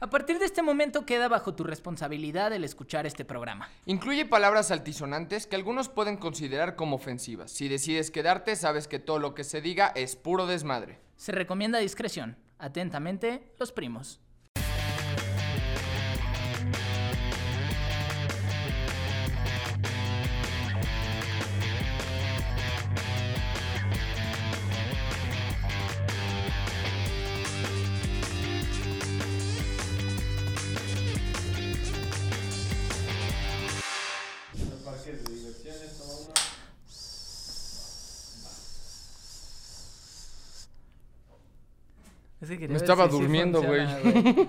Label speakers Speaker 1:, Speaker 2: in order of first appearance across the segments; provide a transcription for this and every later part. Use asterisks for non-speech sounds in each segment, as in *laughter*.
Speaker 1: A partir de este momento queda bajo tu responsabilidad el escuchar este programa.
Speaker 2: Incluye palabras altisonantes que algunos pueden considerar como ofensivas. Si decides quedarte, sabes que todo lo que se diga es puro desmadre.
Speaker 1: Se recomienda discreción. Atentamente, los primos.
Speaker 2: Me estaba durmiendo, güey. *laughs*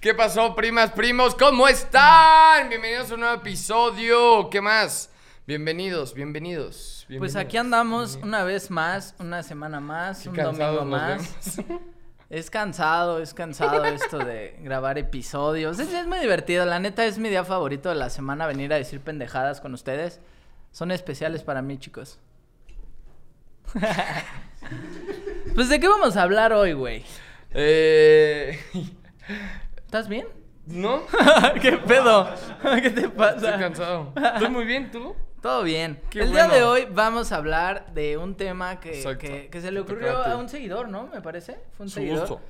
Speaker 2: ¿Qué pasó, primas, primos? ¿Cómo están? Bienvenidos a un nuevo episodio. ¿Qué más? Bienvenidos, bienvenidos.
Speaker 1: Pues
Speaker 2: bienvenidos.
Speaker 1: aquí andamos una vez más, una semana más,
Speaker 2: Qué
Speaker 1: un
Speaker 2: cansados
Speaker 1: domingo
Speaker 2: nos
Speaker 1: más.
Speaker 2: vemos.
Speaker 1: *laughs*
Speaker 2: *laughs*
Speaker 1: Es cansado, es cansado esto de grabar episodios. Es, es muy divertido, la neta es mi día favorito de la semana venir a decir pendejadas con ustedes. Son especiales para mí, chicos. pues de qué vamos a hablar hoy, güey.
Speaker 2: Eh, *laughs*
Speaker 1: ¿Estás bien?
Speaker 2: ¿No?
Speaker 1: *laughs* ¿Qué pedo? ¿Qué te
Speaker 2: Estoy
Speaker 1: pasa?
Speaker 2: cansado. Estoy muy bien, ¿tú?
Speaker 1: Todo bien.
Speaker 2: Qué
Speaker 1: el día de
Speaker 2: bueno.
Speaker 1: hoy vamos a hablar de un tema que,
Speaker 2: Exacto.
Speaker 1: que- que se le
Speaker 2: Te
Speaker 1: ocurrió
Speaker 2: toca a ti.
Speaker 1: a un seguidor, ¿no? Me parece. Fue un
Speaker 2: Su
Speaker 1: seguidor.
Speaker 2: gusto.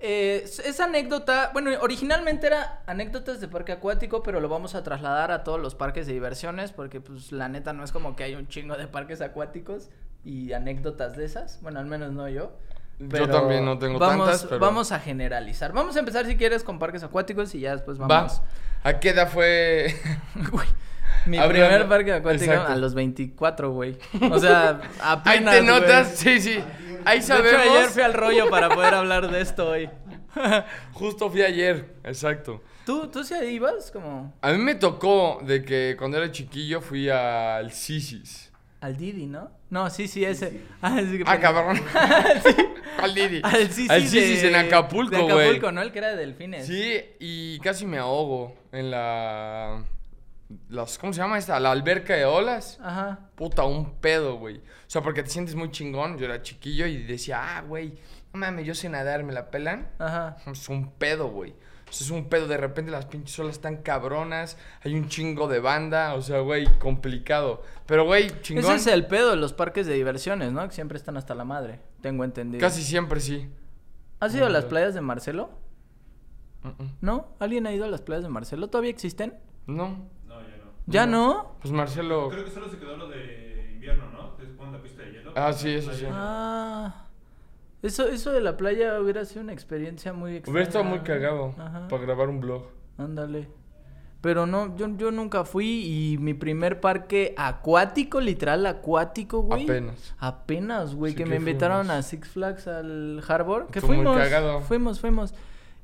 Speaker 1: Eh, esa anécdota, bueno, originalmente era anécdotas de parque acuático, pero lo vamos a trasladar a todos los parques de diversiones, porque pues la neta no es como que hay un chingo de parques acuáticos y anécdotas de esas. Bueno, al menos no yo.
Speaker 2: Yo
Speaker 1: Pero
Speaker 2: también no tengo
Speaker 1: vamos,
Speaker 2: tantas, pero-
Speaker 1: Vamos a generalizar. Vamos a empezar si quieres con parques acuáticos y ya después
Speaker 2: Va.
Speaker 1: vamos.
Speaker 2: ¿A qué edad fue?
Speaker 1: *laughs* Güey, Mi
Speaker 2: Abriendo.
Speaker 1: primer parque acuático
Speaker 2: Exacto.
Speaker 1: a los 24, güey. O sea,
Speaker 2: *laughs* Ahí
Speaker 1: apenas.
Speaker 2: te
Speaker 1: güey.
Speaker 2: notas, sí, sí. Ahí
Speaker 1: De hecho,
Speaker 2: sabemos.
Speaker 1: ayer fui al rollo
Speaker 2: *laughs*
Speaker 1: para poder hablar de esto hoy.
Speaker 2: Justo fui ayer, exacto.
Speaker 1: ¿Tú, tú sí ibas como
Speaker 2: A mí me tocó de que cuando era chiquillo fui al Sisis.
Speaker 1: al Didi, ¿no? No, sí, sí, ese. *laughs* Ah, sí, que
Speaker 2: Ah,
Speaker 1: perdón. *laughs*
Speaker 2: cabrón. Al Didi.
Speaker 1: Al Sisi.
Speaker 2: Al Sisis
Speaker 1: de-
Speaker 2: en Acapulco, güey.
Speaker 1: De Acapulco, ¿no? El que era de delfines.
Speaker 2: Sí, y casi me ahogo en la... Las, ¿Cómo se llama esta? La alberca de olas.
Speaker 1: Ajá.
Speaker 2: Puta, un pedo, güey. O sea, porque te sientes muy chingón. Yo era chiquillo y decía, ah, güey, no mames, yo sé nadar, me la pelan.
Speaker 1: Ajá.
Speaker 2: Es un pedo, güey. O sea, es un pedo. De repente las pinches olas están cabronas. Hay un chingo de banda. O sea, güey, complicado. Pero, güey, chingón.
Speaker 1: Ese es el pedo de los parques de diversiones, ¿no? Que siempre están hasta la madre. Tengo entendido.
Speaker 2: Casi siempre sí.
Speaker 1: ¿Has ido a las playas de Marcelo?
Speaker 2: Mm-mm.
Speaker 1: ¿No? ¿Alguien ha ido a las playas de Marcelo? ¿Todavía existen?
Speaker 2: No.
Speaker 3: No,
Speaker 1: ¿Ya
Speaker 3: ya no.
Speaker 1: no?
Speaker 2: Pues Marcelo.
Speaker 3: Creo que solo se quedó lo de invierno, ¿no? Que se pone la pista de hielo.
Speaker 2: Ah, sí, eso sí.
Speaker 1: Ah. Eso, eso de la playa hubiera sido una experiencia muy extraña.
Speaker 2: Hubiera estado muy cagado
Speaker 1: Ajá.
Speaker 2: para grabar un blog.
Speaker 1: Ándale. Pero no, yo, yo nunca fui y mi primer parque acuático, literal acuático, güey.
Speaker 2: Apenas.
Speaker 1: Apenas, güey,
Speaker 2: Sí
Speaker 1: que
Speaker 2: que
Speaker 1: me invitaron
Speaker 2: fuimos.
Speaker 1: a Six Flags al Harbor. Que
Speaker 2: Estuvo muy
Speaker 1: fuimos.
Speaker 2: cagado.
Speaker 1: Fuimos, fuimos.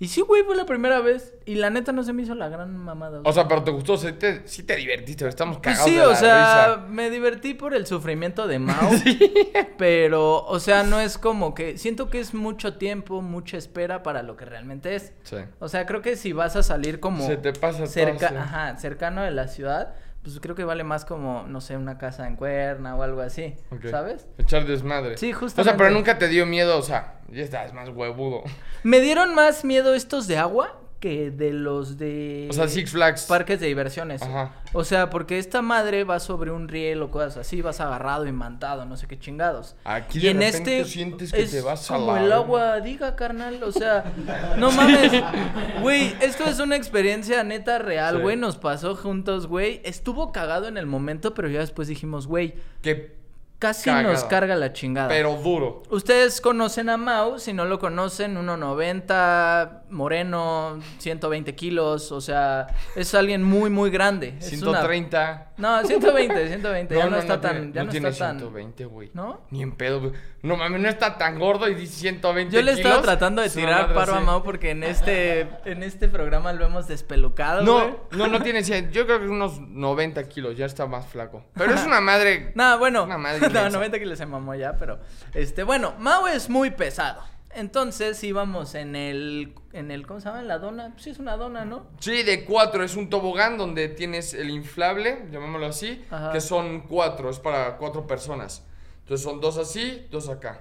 Speaker 1: Y sí, güey, fue la primera vez. Y la neta no se me hizo la gran mamada.
Speaker 2: O sea, pero te gustó, sí te, sí te divertiste, pero estamos
Speaker 1: Pues
Speaker 2: cagados.
Speaker 1: sí,
Speaker 2: de
Speaker 1: o
Speaker 2: la
Speaker 1: sea,
Speaker 2: risa.
Speaker 1: me divertí por el sufrimiento de
Speaker 2: *laughs*
Speaker 1: Mao. Pero, o sea, no es como que. Siento que es mucho tiempo, mucha espera para lo que realmente es.
Speaker 2: Sí.
Speaker 1: O sea, creo que si vas a salir como.
Speaker 2: Se te pasa todo,
Speaker 1: cerca,
Speaker 2: sí.
Speaker 1: Ajá, cercano de la ciudad, pues creo que vale más como, no sé, una casa en cuerna o algo así.
Speaker 2: Ok.
Speaker 1: ¿Sabes?
Speaker 2: Echar desmadre.
Speaker 1: Sí,
Speaker 2: O sea, pero
Speaker 1: justamente.
Speaker 2: nunca te dio miedo, o sea, ya estás más huevudo.
Speaker 1: Me dieron más miedo estos de agua que de los de.
Speaker 2: O sea, Six Flags.
Speaker 1: Parques de diversiones.
Speaker 2: Ajá.
Speaker 1: O sea, porque esta madre va sobre un riel o cosas así, vas agarrado, mantado, no sé qué chingados.
Speaker 2: Aquí
Speaker 1: y
Speaker 2: de
Speaker 1: en
Speaker 2: repente
Speaker 1: este
Speaker 2: sientes que
Speaker 1: es
Speaker 2: te vas a
Speaker 1: como
Speaker 2: la
Speaker 1: el
Speaker 2: verga.
Speaker 1: agua diga, carnal, o sea,
Speaker 2: *laughs*
Speaker 1: no mames. Güey, esto es una experiencia neta real,
Speaker 2: Sí.
Speaker 1: güey, nos pasó juntos, güey. Estuvo cagado en el momento, pero ya después dijimos, güey,
Speaker 2: Que,
Speaker 1: casi nos
Speaker 2: Cagado.
Speaker 1: carga la chingada.
Speaker 2: pero duro.
Speaker 1: Ustedes conocen a Mau, si no lo conocen, 1.90, moreno, 120 kilos, o sea, es alguien muy, muy grande. Es una-
Speaker 2: 130.
Speaker 1: No, 120,
Speaker 2: *laughs*
Speaker 1: 120, ya no, está tan...
Speaker 2: tiene-
Speaker 1: ya no,
Speaker 2: tiene
Speaker 1: está tan...
Speaker 2: 120, güey.
Speaker 1: ¿No?
Speaker 2: Ni en pedo, güey. No mames, no está tan gordo y dice 120
Speaker 1: Yo le estaba
Speaker 2: kilos.
Speaker 1: tratando de
Speaker 2: Es una
Speaker 1: tirar
Speaker 2: madre
Speaker 1: paro a
Speaker 2: así.
Speaker 1: Mau porque en este, en este programa lo hemos despelucado, güey.
Speaker 2: No, no, no tiene 100. Yo creo que unos 90 kilos, ya está más flaco. Pero es una madre.
Speaker 1: Nah, bueno.
Speaker 2: Una
Speaker 1: *laughs*
Speaker 2: madre
Speaker 1: no,
Speaker 2: inmensa.
Speaker 1: 90 kilos se mamó ya, pero. Este, bueno, Mau es muy pesado. Entonces íbamos en el. en el. ¿Cómo se llama? En la dona. Sí, es una dona, ¿no?
Speaker 2: Sí, de cuatro. Es un tobogán donde tienes el inflable, llamémoslo así,
Speaker 1: Ajá.
Speaker 2: que son cuatro. Es para cuatro personas. Entonces son dos así, dos acá.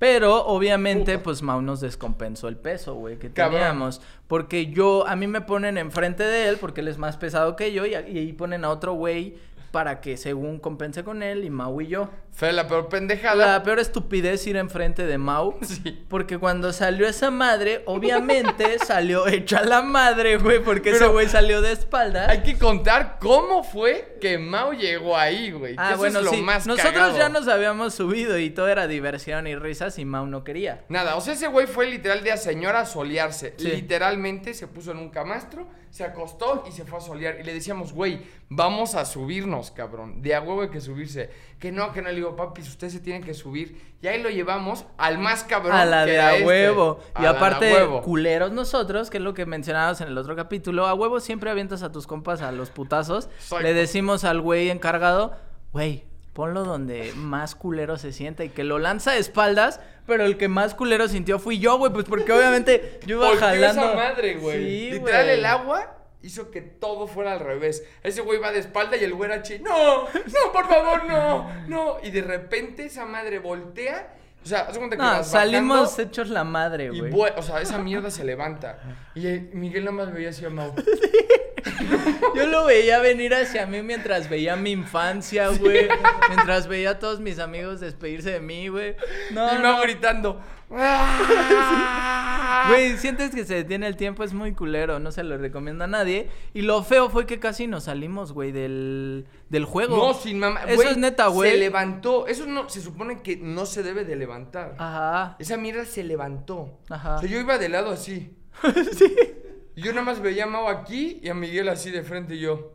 Speaker 1: Pero obviamente, pues Mau nos descompensó el peso, güey, que
Speaker 2: Cabrón.
Speaker 1: teníamos. Porque yo, a mí me ponen enfrente de él, porque él es más pesado que yo, y ahí ponen a otro güey para que según compense con él, y Mau y yo.
Speaker 2: Fue la peor pendejada. *laughs*
Speaker 1: La peor estupidez ir enfrente de Mau.
Speaker 2: Sí.
Speaker 1: Porque cuando salió esa madre,
Speaker 2: *laughs*
Speaker 1: obviamente salió hecha la madre, güey, porque ese
Speaker 2: Pero-
Speaker 1: güey salió de espalda.
Speaker 2: Hay que contar cómo fue que Mau llegó ahí, güey. que
Speaker 1: Ah,
Speaker 2: eso
Speaker 1: bueno,
Speaker 2: es lo
Speaker 1: sí.
Speaker 2: más
Speaker 1: Nosotros
Speaker 2: cagado.
Speaker 1: ya nos habíamos subido y todo era diversión y risas y Mau no quería.
Speaker 2: Nada, o sea, ese güey fue literal de a señora a solearse.
Speaker 1: Sí.
Speaker 2: Literalmente se puso en un camastro, se acostó y se fue a solear. Y le decíamos, güey, vamos a subirnos, cabrón. De a huevo hay que subirse. Que no, que no. Le digo, papi, usted se tiene que subir. Y ahí lo llevamos al más cabrón.
Speaker 1: a la
Speaker 2: que
Speaker 1: de
Speaker 2: era
Speaker 1: a
Speaker 2: este.
Speaker 1: huevo.
Speaker 2: A
Speaker 1: Y
Speaker 2: la de a
Speaker 1: aparte,
Speaker 2: huevo.
Speaker 1: culeros nosotros, que es lo que mencionabas en el otro capítulo, a huevo siempre avientas a tus compas a los putazos.
Speaker 2: Exacto.
Speaker 1: Le decimos al güey encargado, güey, ponlo donde más culero se sienta y que lo lanza de espaldas, pero el que más culero sintió fui yo, güey, pues porque obviamente yo iba
Speaker 2: Volteó
Speaker 1: jalando.
Speaker 2: esa madre, güey.
Speaker 1: Sí,
Speaker 2: Literal,
Speaker 1: güey.
Speaker 2: el agua hizo que todo fuera al revés. Ese güey va de espalda y el güey era chi. ¡No! ¡No, por favor, no! ¡No! Y de repente esa madre voltea. O sea, haz de cuenta que
Speaker 1: No,
Speaker 2: vas bajando
Speaker 1: salimos hechos la madre,
Speaker 2: Y
Speaker 1: güey.
Speaker 2: vue- o sea, esa mierda se levanta. Y eh, Miguel nada más veía así a Mau.
Speaker 1: Yo lo veía venir hacia mí mientras veía mi infancia, güey. Mientras veía a todos mis amigos despedirse de mí, güey. No,
Speaker 2: y
Speaker 1: no.
Speaker 2: Mau gritando. ¡Ah!
Speaker 1: Güey, sientes que se detiene el tiempo, es muy culero, no se lo recomiendo a nadie. Y lo feo fue que casi nos salimos, güey, del, del juego.
Speaker 2: No, sin mamá.
Speaker 1: Eso
Speaker 2: güey,
Speaker 1: es neta, güey.
Speaker 2: Se levantó. Eso no, se supone que no se debe de levantar.
Speaker 1: Ajá.
Speaker 2: Esa mierda se levantó.
Speaker 1: Ajá.
Speaker 2: O sea, yo iba de lado
Speaker 1: *laughs*
Speaker 2: así. Y yo nada más veía a Mau aquí y a Miguel así de frente y yo.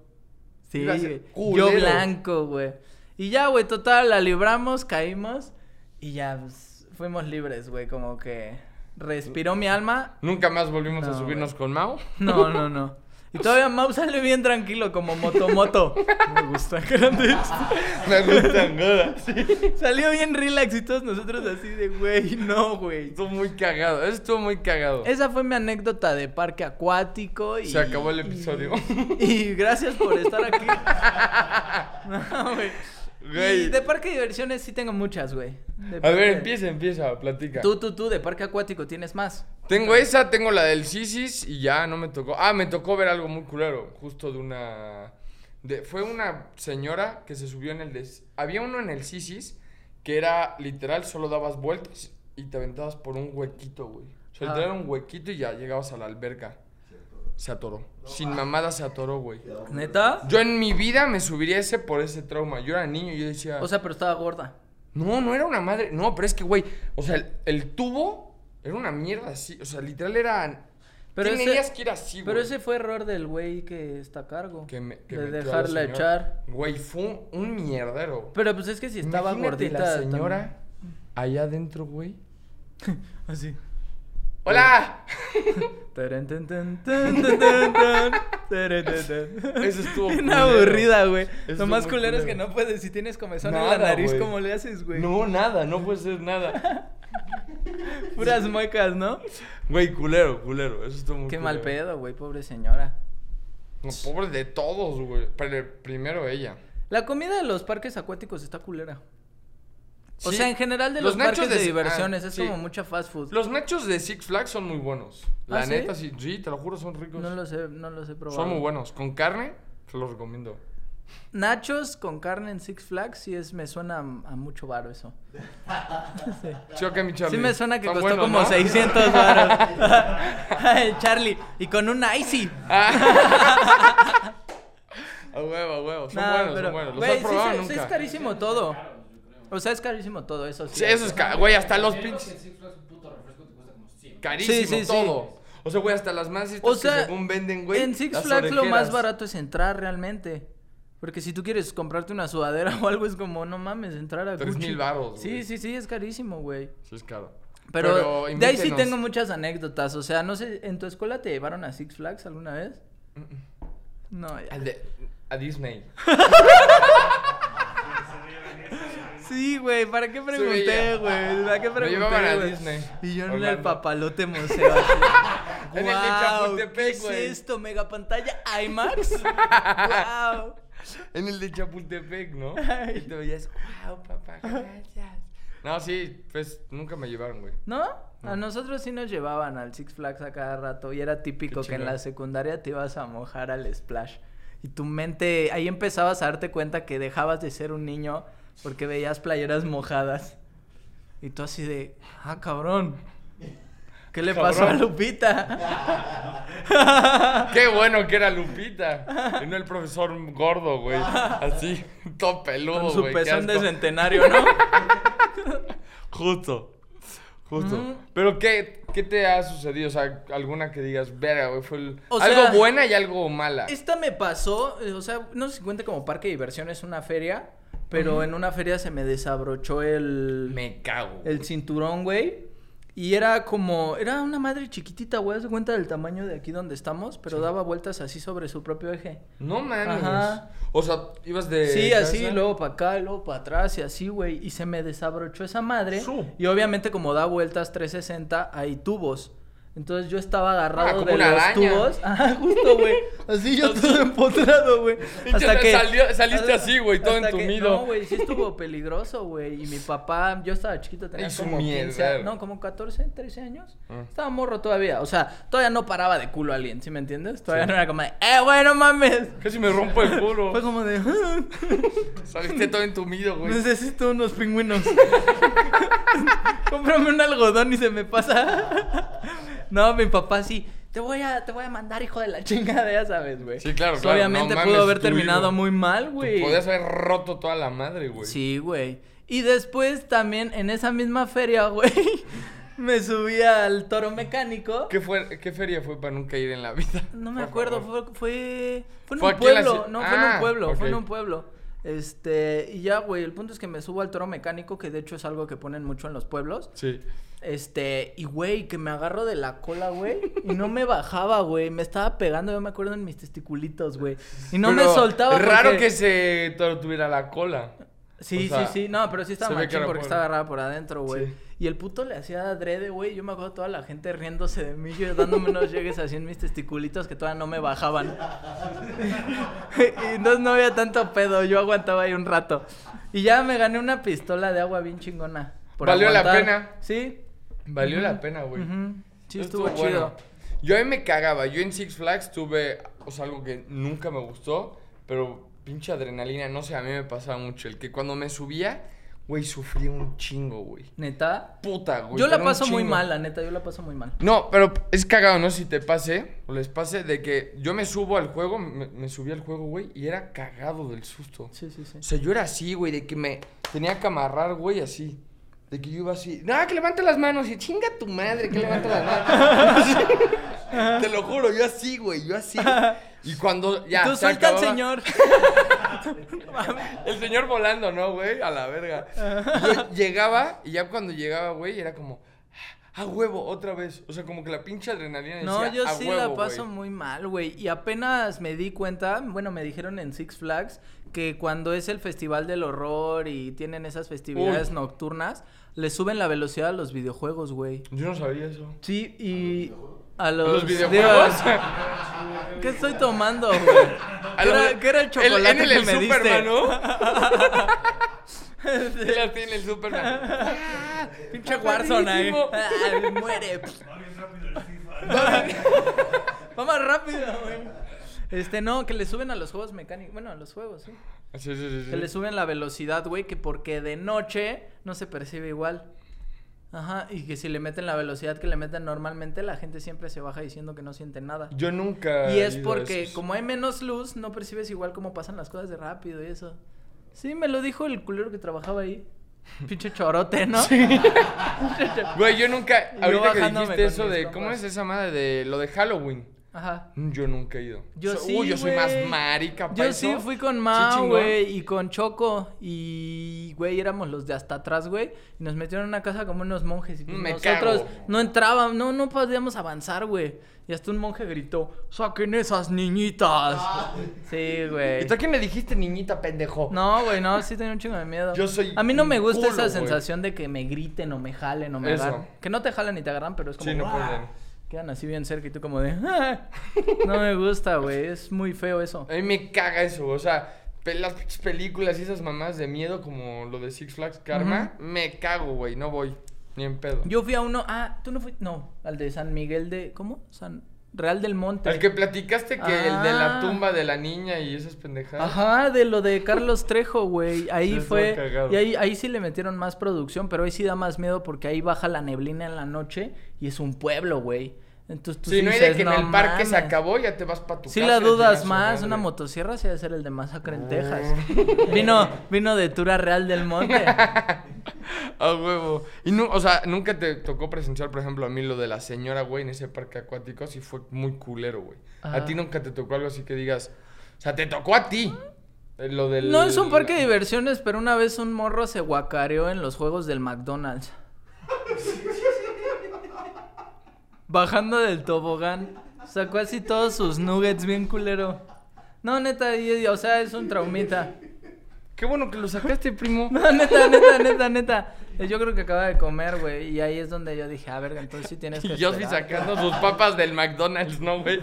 Speaker 1: Sí,
Speaker 2: Iba a ser
Speaker 1: güey. yo
Speaker 2: culero.
Speaker 1: blanco, güey. Y ya, güey, total, la libramos, caímos y ya pues, fuimos libres, güey, como que respiró mi alma
Speaker 2: Nunca más volvimos a
Speaker 1: No,
Speaker 2: subirnos con Mau. *laughs*
Speaker 1: No, no, no. Y todavía Mau sale bien tranquilo, como motomoto. Me gusta grande.
Speaker 2: Me gustan nada.
Speaker 1: Salió bien relax y todos nosotros así de, güey, no, güey.
Speaker 2: Estuvo muy cagado. Eso estuvo muy cagado.
Speaker 1: Esa fue mi anécdota de parque acuático. Y,
Speaker 2: Se acabó el episodio.
Speaker 1: Y, y gracias por estar aquí. *laughs* No, güey.
Speaker 2: Güey.
Speaker 1: Y de parque de diversiones sí tengo muchas, güey. De
Speaker 2: A
Speaker 1: parque-
Speaker 2: ver, empieza, empieza, platica.
Speaker 1: Tú, tú, tú, de parque acuático tienes más.
Speaker 2: Tengo esa, tengo la del Sisis y ya no me tocó. Ah, me tocó ver algo muy culero, justo de una... de- fue una señora que se subió en el... des- Había uno en el Sisis que era literal, solo dabas vueltas y te aventabas por un huequito, güey. O sea,
Speaker 1: Ah.
Speaker 2: literal un huequito y ya llegabas a la alberca. Se atoró. Sin mamada se atoró, güey.
Speaker 1: ¿Neta?
Speaker 2: Yo en mi vida me subiría ese por ese trauma. Yo era niño y yo decía...
Speaker 1: O sea, pero estaba gorda.
Speaker 2: No, no era una madre. No, pero es que, güey, o sea, el, el tubo era una mierda así. O sea, literal era.
Speaker 1: Pero ese-
Speaker 2: Tenías que ir así,
Speaker 1: Pero
Speaker 2: güey.
Speaker 1: ese fue error del güey que está a cargo.
Speaker 2: Que me- que
Speaker 1: de
Speaker 2: metió a la
Speaker 1: dejarla
Speaker 2: señora.
Speaker 1: echar.
Speaker 2: Güey, fue un, un mierdero.
Speaker 1: Pero pues es que si estaba
Speaker 2: Imagínate
Speaker 1: gordita.
Speaker 2: La
Speaker 1: también.
Speaker 2: señora allá adentro, güey.
Speaker 1: Así.
Speaker 2: ¡Hola!
Speaker 1: Tarán, tan, tan, tan, tan, tan, tan. Tarán, tan, tan.
Speaker 2: Eso estuvo
Speaker 1: Bien
Speaker 2: culero.
Speaker 1: aburrida, güey.
Speaker 2: estuvo
Speaker 1: Lo más
Speaker 2: muy
Speaker 1: culero es que
Speaker 2: culero.
Speaker 1: no puedes. Si tienes comezón en
Speaker 2: Nada,
Speaker 1: la nariz,
Speaker 2: güey.
Speaker 1: ¿cómo le haces, güey?
Speaker 2: No, nada, no puede
Speaker 1: *laughs*
Speaker 2: ser nada.
Speaker 1: Puras muecas, ¿no?
Speaker 2: Güey, culero, culero. Eso estuvo muy
Speaker 1: Qué mal
Speaker 2: culero.
Speaker 1: pedo, güey, pobre señora.
Speaker 2: No, pobre de todos, güey. Pero primero ella.
Speaker 1: La comida de los parques acuáticos está culera. O
Speaker 2: Sí.
Speaker 1: sea, en general de
Speaker 2: Los
Speaker 1: los,
Speaker 2: nachos
Speaker 1: parques de,
Speaker 2: de-
Speaker 1: diversiones
Speaker 2: ah,
Speaker 1: es
Speaker 2: sí.
Speaker 1: como mucha fast food.
Speaker 2: Los nachos de Six Flags son muy buenos. La
Speaker 1: ¿Ah, sí?
Speaker 2: neta, sí? sí, te lo juro, son ricos.
Speaker 1: No los he, no los he probado.
Speaker 2: Son muy buenos. Con carne, se los recomiendo.
Speaker 1: Nachos con carne en Six Flags sí es, me suena a, a mucho varo
Speaker 2: *laughs*
Speaker 1: eso. Sí.
Speaker 2: Sí, ok, mi Charlie.
Speaker 1: Sí me suena que
Speaker 2: Están
Speaker 1: costó
Speaker 2: buenos,
Speaker 1: como
Speaker 2: ¿no? *laughs*
Speaker 1: 600 varos. *laughs* Ay, Charlie, y con un icy.
Speaker 2: Ah, A huevo, a huevo. Son
Speaker 1: Nah,
Speaker 2: buenos,
Speaker 1: pero,
Speaker 2: son buenos. Los
Speaker 1: güey,
Speaker 2: has
Speaker 1: sí,
Speaker 2: probado
Speaker 1: sí,
Speaker 2: nunca.
Speaker 1: sí es carísimo todo. O sea, es carísimo todo, eso sí.
Speaker 2: Sí, eso es ca- Güey, hasta los pinches.
Speaker 4: Six Flags, un puto refresco te cuesta como 100.
Speaker 2: Carísimo
Speaker 1: Sí, sí, sí.
Speaker 2: todo. O sea, güey, hasta las más estas
Speaker 1: O sea,
Speaker 2: que según venden, güey.
Speaker 1: en Six
Speaker 2: las
Speaker 1: Flags lo más
Speaker 2: orejeras.
Speaker 1: barato es entrar realmente. Porque si tú quieres comprarte una sudadera *laughs* o algo, es como, no mames, entrar a
Speaker 2: Tres
Speaker 1: Gucci.
Speaker 2: mil varos, güey.
Speaker 1: Sí, sí, sí, es carísimo, güey.
Speaker 2: Sí, es caro.
Speaker 1: Pero, de ahí sí
Speaker 2: invítenos.
Speaker 1: tengo muchas anécdotas. O sea, no sé, ¿en tu escuela te llevaron a Six Flags alguna vez? No, ya.
Speaker 2: Al de- A Disney.
Speaker 1: *laughs* *laughs* Sí, güey, ¿para qué
Speaker 2: veía.
Speaker 1: pregunté, güey? ¿Para qué
Speaker 2: Me
Speaker 1: pregunté?
Speaker 2: llevaban a
Speaker 1: güey?
Speaker 2: Disney,
Speaker 1: Y yo en el
Speaker 2: Orlando.
Speaker 1: papalote museo. *laughs* así.
Speaker 2: En el de
Speaker 1: Guau, ¿Qué
Speaker 2: Chapultepec,
Speaker 1: es
Speaker 2: güey.
Speaker 1: esto? ¿Mega pantalla IMAX? *laughs* wow.
Speaker 2: En el de Chapultepec, ¿no?
Speaker 1: Ay.
Speaker 2: Y te veías, wow, papá, gracias. No, sí, pues nunca me llevaron, güey.
Speaker 1: ¿No? A
Speaker 2: No.
Speaker 1: nosotros sí nos llevaban al Six Flags a cada rato y era típico
Speaker 2: Qué
Speaker 1: que en
Speaker 2: chingón.
Speaker 1: la secundaria te ibas a mojar al splash. Y tu mente, ahí empezabas a darte cuenta que dejabas de ser un niño porque veías playeras mojadas. Y tú así de, ah, cabrón. ¿Qué le pasó a
Speaker 2: Cabrón.
Speaker 1: Lupita?
Speaker 2: *laughs* Qué bueno que era Lupita. Y no el profesor gordo, güey. Así, *laughs* todo peludo,
Speaker 1: Con
Speaker 2: güey.
Speaker 1: su
Speaker 2: qué
Speaker 1: pezón de
Speaker 2: asco.
Speaker 1: centenario,
Speaker 2: *laughs*
Speaker 1: ¿no?
Speaker 2: Justo. Justo.
Speaker 1: Ujú.
Speaker 2: Pero ¿qué, ¿qué te ha sucedido? O sea, alguna que digas, verga, güey, fue el-
Speaker 1: O
Speaker 2: algo
Speaker 1: sea-
Speaker 2: buena y algo mala.
Speaker 1: Esta me pasó, eh, o sea, no sé si cuenta como parque de diversiones una feria, pero en una feria se me desabrochó el...
Speaker 2: Me cago.
Speaker 1: el cinturón, güey. Y era como, era una madre chiquitita, güey, haz de cuenta del tamaño de aquí donde estamos, pero daba vueltas así sobre su propio eje.
Speaker 2: No mames.
Speaker 1: Ajá.
Speaker 2: O sea, ibas de.
Speaker 1: Sí, así,
Speaker 2: cabeza?
Speaker 1: luego para acá, luego para atrás y así, güey. Y se me desabrochó esa madre.
Speaker 2: Su.
Speaker 1: Y obviamente como da vueltas 360, hay tubos. Entonces yo estaba
Speaker 2: Ah,
Speaker 1: agarrado
Speaker 2: como
Speaker 1: de los
Speaker 2: una araña.
Speaker 1: tubos. *laughs* Ajá, justo, güey. Así yo todo empotrado, güey.
Speaker 2: Y te salió- saliste así, güey, todo
Speaker 1: hasta que-
Speaker 2: entumido.
Speaker 1: no, güey, sí estuvo peligroso, güey. Y mi papá, yo estaba chiquito, tenía
Speaker 2: Hizo
Speaker 1: como
Speaker 2: mierda.
Speaker 1: 15, no, como 14, 13 años.
Speaker 2: Ah.
Speaker 1: Estaba morro todavía. O sea, todavía no paraba de culo a alguien, ¿sí me entiendes? Todavía no era como de, eh, güey, no mames.
Speaker 2: Casi me rompo el
Speaker 1: *laughs*
Speaker 2: culo.
Speaker 1: Fue como de, *laughs* "Ah".
Speaker 2: *laughs* Saliste todo entumido, güey.
Speaker 1: Necesito unos pingüinos. *laughs* Cómprame un algodón y se me pasa. *laughs* no, mi papá sí. Te voy a, te voy a mandar, hijo de la chingada, ya sabes, güey.
Speaker 2: Sí, claro,
Speaker 1: Pues,
Speaker 2: claro,
Speaker 1: Obviamente
Speaker 2: no
Speaker 1: pudo
Speaker 2: mames,
Speaker 1: haber
Speaker 2: tu
Speaker 1: terminado
Speaker 2: hijo.
Speaker 1: muy mal,
Speaker 2: Tú
Speaker 1: güey.
Speaker 2: Podías haber roto toda la madre, güey.
Speaker 1: Sí, güey. Y después también en esa misma feria, *laughs* güey, me subí al toro mecánico.
Speaker 2: ¿Qué, fue, ¿Qué feria fue para nunca ir en la vida?
Speaker 1: No me
Speaker 2: Por
Speaker 1: acuerdo,
Speaker 2: favor.
Speaker 1: fue, fue, fue en
Speaker 2: Fue
Speaker 1: un
Speaker 2: aquí en la
Speaker 1: pueblo,
Speaker 2: ci-
Speaker 1: no, fue en un
Speaker 2: Ah,
Speaker 1: pueblo, fue en
Speaker 2: ok.
Speaker 1: un pueblo. Este, y ya, güey, el punto es que me subo al toro mecánico, que de hecho es algo que ponen mucho en los pueblos.
Speaker 2: Sí.
Speaker 1: Este, y güey, que me agarro de la cola, güey, y no me bajaba, güey, me estaba pegando, yo me acuerdo en mis testiculitos, güey. Y no me
Speaker 2: Pero
Speaker 1: soltaba.
Speaker 2: Raro
Speaker 1: porque-
Speaker 2: que se to- tuviera la cola.
Speaker 1: Sí,
Speaker 2: O sea,
Speaker 1: sí, sí. No, pero sí estaba
Speaker 2: se ve que
Speaker 1: machín
Speaker 2: era
Speaker 1: porque
Speaker 2: bueno.
Speaker 1: estaba agarrada por adentro, güey.
Speaker 2: Sí.
Speaker 1: Y el puto le hacía adrede, güey. Yo me acuerdo toda la gente riéndose de mí, yo dándome unos llegues así en mis testiculitos que todavía no me bajaban. *laughs* y entonces no había tanto pedo, yo aguantaba ahí un rato. Y ya me gané una pistola de agua bien chingona.
Speaker 2: Valió la pena.
Speaker 1: Sí.
Speaker 2: Valió
Speaker 1: Ujú,
Speaker 2: la pena, güey.
Speaker 1: ujú. Sí, estuvo,
Speaker 2: bueno.
Speaker 1: chido.
Speaker 2: Yo ahí me cagaba. Yo en Six Flags tuve, o sea, algo que nunca me gustó, pero pinche adrenalina, no sé, a mí me pasaba mucho. El que cuando me subía, güey, sufría un chingo, güey.
Speaker 1: Neta.
Speaker 2: Puta, güey.
Speaker 1: yo la
Speaker 2: pero un
Speaker 1: paso muy
Speaker 2: chingo.
Speaker 1: mal, la neta, yo la paso muy mal.
Speaker 2: No, pero es cagado, ¿no? Si te pase, o les pase, de que yo me subo al juego, me, me subí al juego, güey, y era cagado del susto.
Speaker 1: Sí, sí, sí.
Speaker 2: O sea, yo era así, güey, de que me tenía que amarrar, güey, así. De que yo iba así. No, que levante las manos y chinga tu madre, que levanta las
Speaker 1: *laughs*
Speaker 2: manos. Te lo juro, yo así, güey, yo así. Y cuando ya.
Speaker 1: Tú
Speaker 2: se
Speaker 1: suelta al
Speaker 2: acababa- *laughs*
Speaker 1: señor.
Speaker 2: El señor volando, ¿no, güey? A la verga. Yo llegaba y ya cuando llegaba, güey, era como. A huevo, otra vez. O sea, como que la pinche adrenalina
Speaker 1: No,
Speaker 2: decía,
Speaker 1: yo
Speaker 2: "A
Speaker 1: sí
Speaker 2: huevo,
Speaker 1: la paso
Speaker 2: güey".
Speaker 1: muy mal, güey. Y apenas me di cuenta, bueno, me dijeron en Six Flags que cuando es el Festival del Horror y tienen esas festividades
Speaker 2: Uy.
Speaker 1: nocturnas, le suben la velocidad a los videojuegos, güey.
Speaker 2: Yo no sabía eso.
Speaker 1: Sí, y a
Speaker 2: ¿A
Speaker 1: los,
Speaker 2: ¿Los videojuegos?
Speaker 1: digo, *laughs* ¿Qué estoy tomando, güey?
Speaker 2: *laughs* A
Speaker 1: ¿Qué,
Speaker 2: los-
Speaker 1: era- qué era el chocolate
Speaker 2: en *laughs* el,
Speaker 1: que
Speaker 2: el
Speaker 1: me diste? *laughs*
Speaker 2: Superman, ¿no? *laughs* Él así en el Superman.
Speaker 1: Pinche Warzone ahí.
Speaker 2: Rapidísimo.
Speaker 1: *laughs* Ah, muere.
Speaker 3: Va bien rápido el FIFA.
Speaker 1: *laughs* Va más rápido, güey. Este, no, que le suben a los juegos mecánicos. Bueno, a los juegos, sí.
Speaker 2: Ah, Sí, sí, sí, sí.
Speaker 1: Que le suben la velocidad, güey, que porque de noche no se percibe igual. Ajá, y que si le meten la velocidad que le meten normalmente, la gente siempre se baja diciendo que no siente nada.
Speaker 2: Yo nunca.
Speaker 1: Y es
Speaker 2: he ido a
Speaker 1: porque
Speaker 2: esos.
Speaker 1: como hay menos luz, no percibes igual cómo pasan las cosas de rápido y eso. Sí, me lo dijo el culero que trabajaba ahí. Pinche chorote, ¿no?
Speaker 2: Güey, yo nunca.
Speaker 1: Yo
Speaker 2: Ahorita que
Speaker 1: bajándome
Speaker 2: dijiste
Speaker 1: con
Speaker 2: eso
Speaker 1: mis
Speaker 2: de.
Speaker 1: compas.
Speaker 2: ¿Cómo es esa madre de lo de Halloween? Mm,
Speaker 1: Ajá.
Speaker 2: Yo nunca he ido.
Speaker 1: Yo
Speaker 2: So-
Speaker 1: sí,
Speaker 2: Uy, yo soy más
Speaker 1: güey.
Speaker 2: marica, pa'
Speaker 1: Yo
Speaker 2: eso.
Speaker 1: sí fui con
Speaker 2: Sí,
Speaker 1: Mao,
Speaker 2: chingón.
Speaker 1: güey, y con Choco. Y, güey, éramos los de hasta atrás, güey. Y nos metieron en una casa como unos monjes. Y pues
Speaker 2: Mm, Me
Speaker 1: nosotros
Speaker 2: cago.
Speaker 1: no entrábamos, no, no podíamos avanzar, güey. Y hasta un monje gritó: ¡Saquen esas
Speaker 2: *laughs*
Speaker 1: niñitas! Sí, güey.
Speaker 2: ¿Y tú a quién le dijiste, niñita pendejo?
Speaker 1: No, güey, no, sí tenía un chingo de miedo.
Speaker 2: Yo soy
Speaker 1: A mí no me
Speaker 2: un
Speaker 1: gusta
Speaker 2: culo,
Speaker 1: esa
Speaker 2: güey.
Speaker 1: sensación de que me griten o me jalen o me
Speaker 2: Eso.
Speaker 1: agarren. Que no te jalan ni te agarran, pero es como.
Speaker 2: Sí, no
Speaker 1: ¡ah!
Speaker 2: pueden.
Speaker 1: Quedan así bien cerca y tú como de. "Ah". No me gusta, güey. Es muy feo eso.
Speaker 2: A mí me caga eso, o sea, pe- pe- las pinches películas y esas mamás de miedo como lo de Six Flags Karma, me cago, güey, no voy. Ni en pedo.
Speaker 1: Yo fui a uno. Ah, tú no fuiste. No, al de San Miguel de. ¿Cómo? San Real del Monte.
Speaker 2: El que platicaste que el de la
Speaker 1: Ah.
Speaker 2: tumba de la niña y esas pendejadas.
Speaker 1: Ajá, de lo de Carlos Trejo, güey. Ahí
Speaker 2: Sí, estuvo
Speaker 1: fue.
Speaker 2: cagado.
Speaker 1: Y ahí, ahí sí le metieron más producción, pero ahí sí da más miedo porque ahí baja la neblina en la noche y es un pueblo, güey. Entonces tú
Speaker 2: si no hay de
Speaker 1: dices,
Speaker 2: que en el parque se
Speaker 1: mames".
Speaker 2: acabó, ya te vas para tu
Speaker 1: Sí
Speaker 2: casa.
Speaker 1: la
Speaker 2: y chingas
Speaker 1: dudas
Speaker 2: su
Speaker 1: más,
Speaker 2: madre.
Speaker 1: una motosierra sí debe ser el de Masacre en
Speaker 2: Ah.
Speaker 1: Texas. *laughs* Vino, vino de Tura Real del Monte.
Speaker 2: *laughs* A huevo. Y no, o sea, nunca te tocó presenciar, por ejemplo, a mí lo de la señora, güey, en ese parque acuático, sí fue muy culero, güey.
Speaker 1: Ajá.
Speaker 2: A ti nunca te tocó algo así que digas, o sea, te tocó a ti. eh, Lo del
Speaker 1: No es un parque de
Speaker 2: la-
Speaker 1: diversiones, pero una vez un morro se guacareó en los juegos del McDonald's. Bajando del tobogán, sacó así todos sus nuggets bien culero. No, neta, y- y- o sea, es un traumita. *laughs*
Speaker 2: Qué bueno que lo sacaste, primo.
Speaker 1: No, neta, neta, neta, neta. Yo creo que acaba de comer, güey, y ahí es donde yo dije, a ver, entonces sí tienes que
Speaker 2: *laughs* Y *laughs* yo sí
Speaker 1: esperar".
Speaker 2: sacando sus papas del McDonald's, ¿no, güey?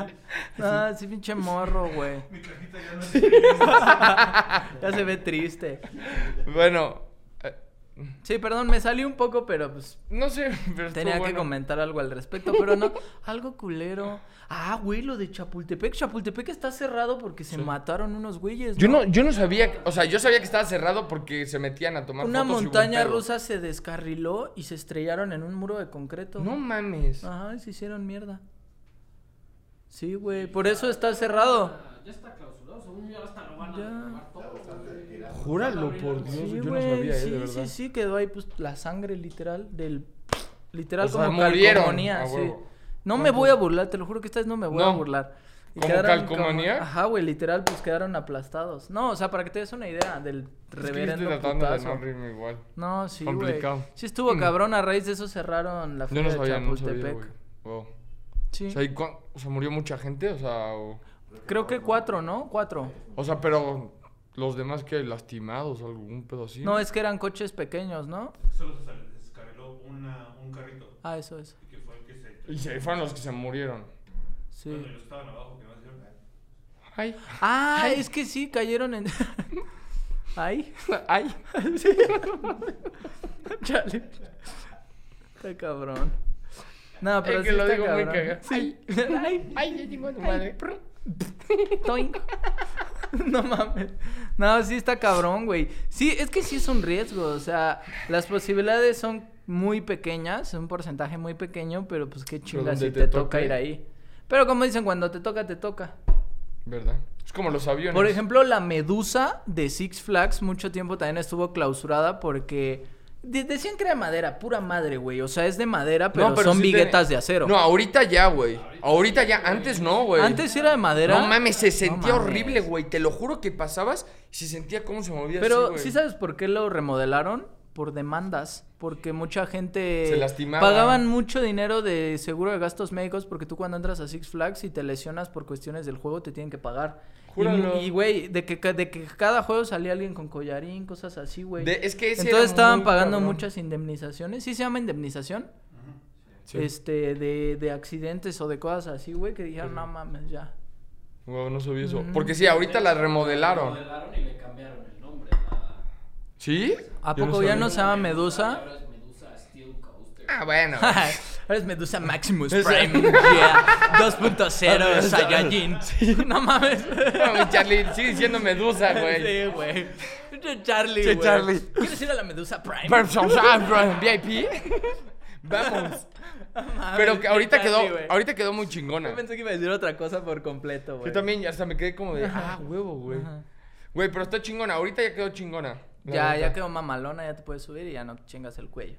Speaker 1: Ah, sí, pinche morro,
Speaker 2: *laughs*
Speaker 1: güey. *laughs*
Speaker 3: Mi cajita ya no es.
Speaker 1: Ya se ve triste.
Speaker 2: Bueno, eh,
Speaker 1: Sí, perdón, me salí un poco, pero pues
Speaker 2: no sé, pero estuvo
Speaker 1: tenía que
Speaker 2: bueno.
Speaker 1: comentar algo al
Speaker 4: *laughs*
Speaker 1: respecto, pero no, algo culero. Ah, güey, lo de Chapultepec. Chapultepec está cerrado porque se mataron unos güeyes.
Speaker 2: Yo
Speaker 1: ¿no?
Speaker 2: no, yo no sabía, que- o sea, yo sabía que estaba cerrado porque se metían a tomar
Speaker 1: Una
Speaker 2: fotos y hubo un
Speaker 1: montaña
Speaker 2: pedo.
Speaker 1: rusa se descarriló y se estrellaron en un muro de concreto.
Speaker 2: No mames.
Speaker 1: Ajá, y se hicieron mierda. Sí, güey, por eso está cerrado.
Speaker 4: Ah, Ya está clausurado, según yo, hasta lo van a
Speaker 1: Ya.
Speaker 4: derrumbar todo, güey.
Speaker 2: Júralo por Dios,
Speaker 1: Sí,
Speaker 2: yo no
Speaker 1: güey,
Speaker 2: sabía, eh,
Speaker 1: sí,
Speaker 2: de verdad.
Speaker 1: sí, sí, quedó ahí pues la sangre literal del literal
Speaker 2: O sea,
Speaker 1: como
Speaker 2: murieron,
Speaker 1: calcomanía,
Speaker 2: a
Speaker 1: sí.
Speaker 2: huevo.
Speaker 1: No me voy a burlar, te lo juro que esta vez no me voy a
Speaker 2: No.
Speaker 1: burlar.
Speaker 2: ¿Como calcomanía?
Speaker 1: Ajá, güey, literal pues quedaron aplastados. No, o sea, para que te des una idea del
Speaker 2: Es que yo estoy
Speaker 1: reverendo
Speaker 2: tratando de
Speaker 1: putazo.
Speaker 2: no rirme igual.
Speaker 1: No, sí, güey.
Speaker 2: Complicado.
Speaker 1: Sí estuvo
Speaker 2: Mm.
Speaker 1: cabrón, a raíz de eso cerraron la
Speaker 2: Yo
Speaker 1: feria
Speaker 2: no
Speaker 1: de
Speaker 2: sabía, no sabía,
Speaker 1: Chapultepec.
Speaker 2: güey. Wow.
Speaker 1: sí.
Speaker 2: O, sea, ¿y cuán- o sea, murió mucha gente, o sea, o,
Speaker 1: Creo que cuatro, ¿no? Cuatro.
Speaker 2: o sea, pero los demás que lastimados o algún pedo así.
Speaker 1: No, es que eran coches pequeños, ¿no?
Speaker 3: Solo se sal- descarriló una, un carrito.
Speaker 1: Ah, eso es.
Speaker 3: Que fue el que se.
Speaker 2: Y se fueron los que se murieron.
Speaker 1: Sí.
Speaker 3: Cuando ellos estaban abajo, que no hicieron nada.
Speaker 2: Ay,
Speaker 1: Ah, es que sí, cayeron en. *laughs* Ay,
Speaker 2: *laughs*
Speaker 1: *laughs*
Speaker 2: ay.
Speaker 1: chale. Está cabrón. No, pero
Speaker 2: Es que
Speaker 1: sí
Speaker 2: lo
Speaker 1: está
Speaker 2: digo muy
Speaker 1: cabrón.
Speaker 2: cagado.
Speaker 1: Sí. *laughs* Ay,
Speaker 2: Ay, ya llegó tu madre.
Speaker 1: toink. *laughs* No mames. No, sí está cabrón, güey. Sí, es que sí es un riesgo. O sea, las posibilidades son muy pequeñas, un porcentaje muy pequeño, pero pues qué chingas si
Speaker 2: donde
Speaker 1: te,
Speaker 2: te
Speaker 1: toca
Speaker 2: toque.
Speaker 1: ir ahí. Pero como dicen, cuando te toca, te toca.
Speaker 2: ¿Verdad? Es como los aviones.
Speaker 1: Por ejemplo, la medusa de Six Flags mucho tiempo también estuvo clausurada porque de- decían que era de madera, pura madre, güey. O sea, es de madera, pero, son
Speaker 2: sí te-
Speaker 1: viguetas de acero.
Speaker 2: No, ahorita ya, güey. Ahorita ya, antes no, güey.
Speaker 1: Antes sí era de madera.
Speaker 2: No mames, se sentía
Speaker 1: mames.
Speaker 2: horrible, güey. Te lo juro que pasabas y se sentía cómo se movía así,
Speaker 1: Pero
Speaker 2: güey.
Speaker 1: sí sabes por qué lo remodelaron por demandas, porque mucha gente
Speaker 2: Se lastimaba.
Speaker 1: pagaban mucho dinero de seguro de gastos médicos porque tú cuando entras a Six Flags y te lesionas por cuestiones del juego te tienen que pagar. Y-
Speaker 2: Júralo.
Speaker 1: Y güey, de que ca- de que cada juego salía alguien con collarín, cosas así, güey.
Speaker 2: De- es que ese era
Speaker 1: Entonces estaban
Speaker 2: muy
Speaker 1: pagando
Speaker 2: cabrón.
Speaker 1: muchas indemnizaciones. ¿Sí se llama indemnización?
Speaker 2: Sí.
Speaker 1: Este, de, de accidentes o de cosas así, güey, que dijeron, no mames, ya.
Speaker 2: Güey, no sabía eso.
Speaker 1: Ujú.
Speaker 2: Porque sí, ahorita la remodelaron.
Speaker 4: Remodelaron y le cambiaron el nombre. la-
Speaker 2: ¿Sí?
Speaker 1: ¿A
Speaker 2: Yo
Speaker 1: poco ya
Speaker 2: sabía.
Speaker 1: no se llama Medusa?
Speaker 4: y ahora es Medusa Steel Coaster.
Speaker 1: *laughs*
Speaker 2: Ah, bueno.
Speaker 1: Eres Medusa Maximus
Speaker 2: Esa-
Speaker 1: Prime, yeah.
Speaker 2: *laughs*
Speaker 1: 2.0 Saiyajin. *laughs* No mames.
Speaker 2: No, mi Charlie, sigue siendo
Speaker 1: *laughs*
Speaker 2: Medusa, güey.
Speaker 1: Sí, güey. Pinche Charlie,
Speaker 2: Sí,
Speaker 1: güey.
Speaker 2: Charlie.
Speaker 1: ¿Quieres ir a la Medusa Prime?
Speaker 2: Pero, o sea, ah, bro, VIP.
Speaker 1: *laughs*
Speaker 2: Vamos.
Speaker 1: Mames,
Speaker 2: Pero que ahorita
Speaker 1: pinche
Speaker 2: quedó,
Speaker 1: Charlie, güey.
Speaker 2: ahorita quedó muy chingona.
Speaker 1: Yo pensé que iba a decir otra cosa por completo, güey.
Speaker 2: Yo también ya hasta me quedé como de, ah, huevo, güey.
Speaker 1: Pues. Ajá.
Speaker 2: Güey, pero está chingona. Ahorita ya quedó chingona. la
Speaker 1: Ya,
Speaker 2: neta.
Speaker 1: ya quedó mamalona, ya te puedes subir y ya no chingas el cuello.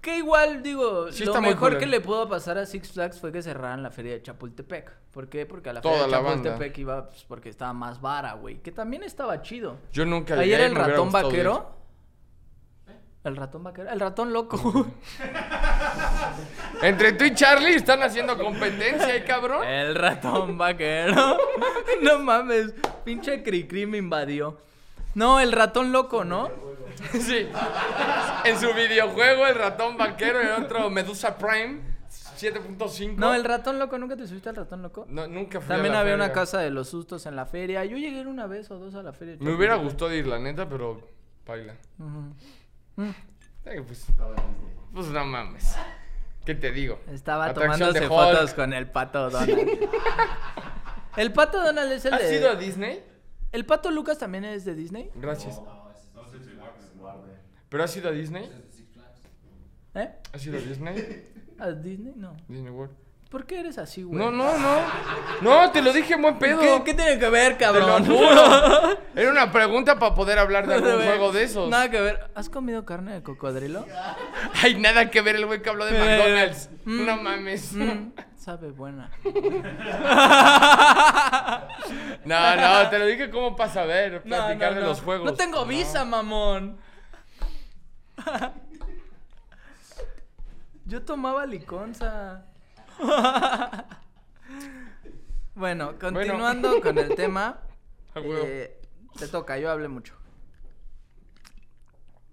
Speaker 1: Que igual, digo,
Speaker 2: Sí
Speaker 1: lo
Speaker 2: está muy
Speaker 1: mejor que
Speaker 2: culero.
Speaker 1: le pudo pasar a Six Flags fue que cerraran la feria de Chapultepec. ¿Por qué? Porque a la
Speaker 2: Toda
Speaker 1: feria de
Speaker 2: la banda.
Speaker 1: Chapultepec iba pues, porque estaba más vara, güey. Que también estaba chido.
Speaker 2: Yo nunca
Speaker 1: Ayer
Speaker 2: llegué,
Speaker 1: el
Speaker 2: me hubiera
Speaker 1: ratón
Speaker 2: gustado ¿Eh? ir.
Speaker 1: vaquero. El ratón vaquero. El ratón loco.
Speaker 2: Entre tú y Charlie están haciendo competencia, ¿eh,
Speaker 1: *laughs*
Speaker 2: cabrón? *laughs*
Speaker 1: El ratón vaquero. *laughs* No mames. Pinche Cricri me invadió. No, el ratón loco, ¿no?
Speaker 2: Sí. En su videojuego, el ratón vaquero y el otro Medusa Prime. 7.5.
Speaker 1: No, el ratón loco, ¿nunca te subiste al ratón loco?
Speaker 2: No, nunca fui a
Speaker 1: También
Speaker 2: la
Speaker 1: había una
Speaker 2: feria.
Speaker 1: casa de los sustos en la feria. Yo llegué una vez o dos a la feria.
Speaker 2: Me hubiera gustado ir, la neta, pero baila.
Speaker 1: Ujú. Mm,
Speaker 2: pues, pues no mames. ¿Qué te digo?
Speaker 1: Estaba
Speaker 2: Atracción de
Speaker 1: tomándose
Speaker 2: Hulk.
Speaker 1: fotos con el pato
Speaker 2: *laughs*
Speaker 1: Donald. el pato Donald es el
Speaker 2: ¿Has
Speaker 1: de.
Speaker 2: ido a Disney?
Speaker 1: ¿El pato Lucas también es de Disney?
Speaker 2: Gracias.
Speaker 4: No, ese es
Speaker 3: No sé si Warner.
Speaker 2: ¿Pero has ido a Disney?
Speaker 4: ese es de Six Flags.
Speaker 1: ¿Eh?
Speaker 2: ¿Has ido a Disney?
Speaker 1: ¿A Disney? No.
Speaker 2: Disney World.
Speaker 1: ¿Por qué eres así, güey?
Speaker 2: No, no, no. No, te lo dije en buen pedo.
Speaker 1: ¿Qué, qué tiene que ver,
Speaker 2: Te lo
Speaker 1: cabrón? *laughs*
Speaker 2: juro. Era una pregunta para poder hablar de algún
Speaker 1: Nada que
Speaker 2: juego
Speaker 1: ver.
Speaker 2: de esos.
Speaker 1: Nada que ver. ¿Has comido carne de cocodrilo?
Speaker 2: Hay nada que ver el güey que habló de
Speaker 1: Eh,
Speaker 2: McDonald's.
Speaker 1: mm,
Speaker 2: No mames.
Speaker 1: Mm, sabe
Speaker 2: *laughs*
Speaker 1: buena.
Speaker 2: No, no, te lo dije como para saber, platicar de los juegos.
Speaker 1: No tengo visa, mamón. Yo tomaba liconza. bueno, continuando con el
Speaker 2: *laughs*
Speaker 1: tema.
Speaker 2: A Ah, huevo.
Speaker 1: eh, te toca, yo hablé mucho.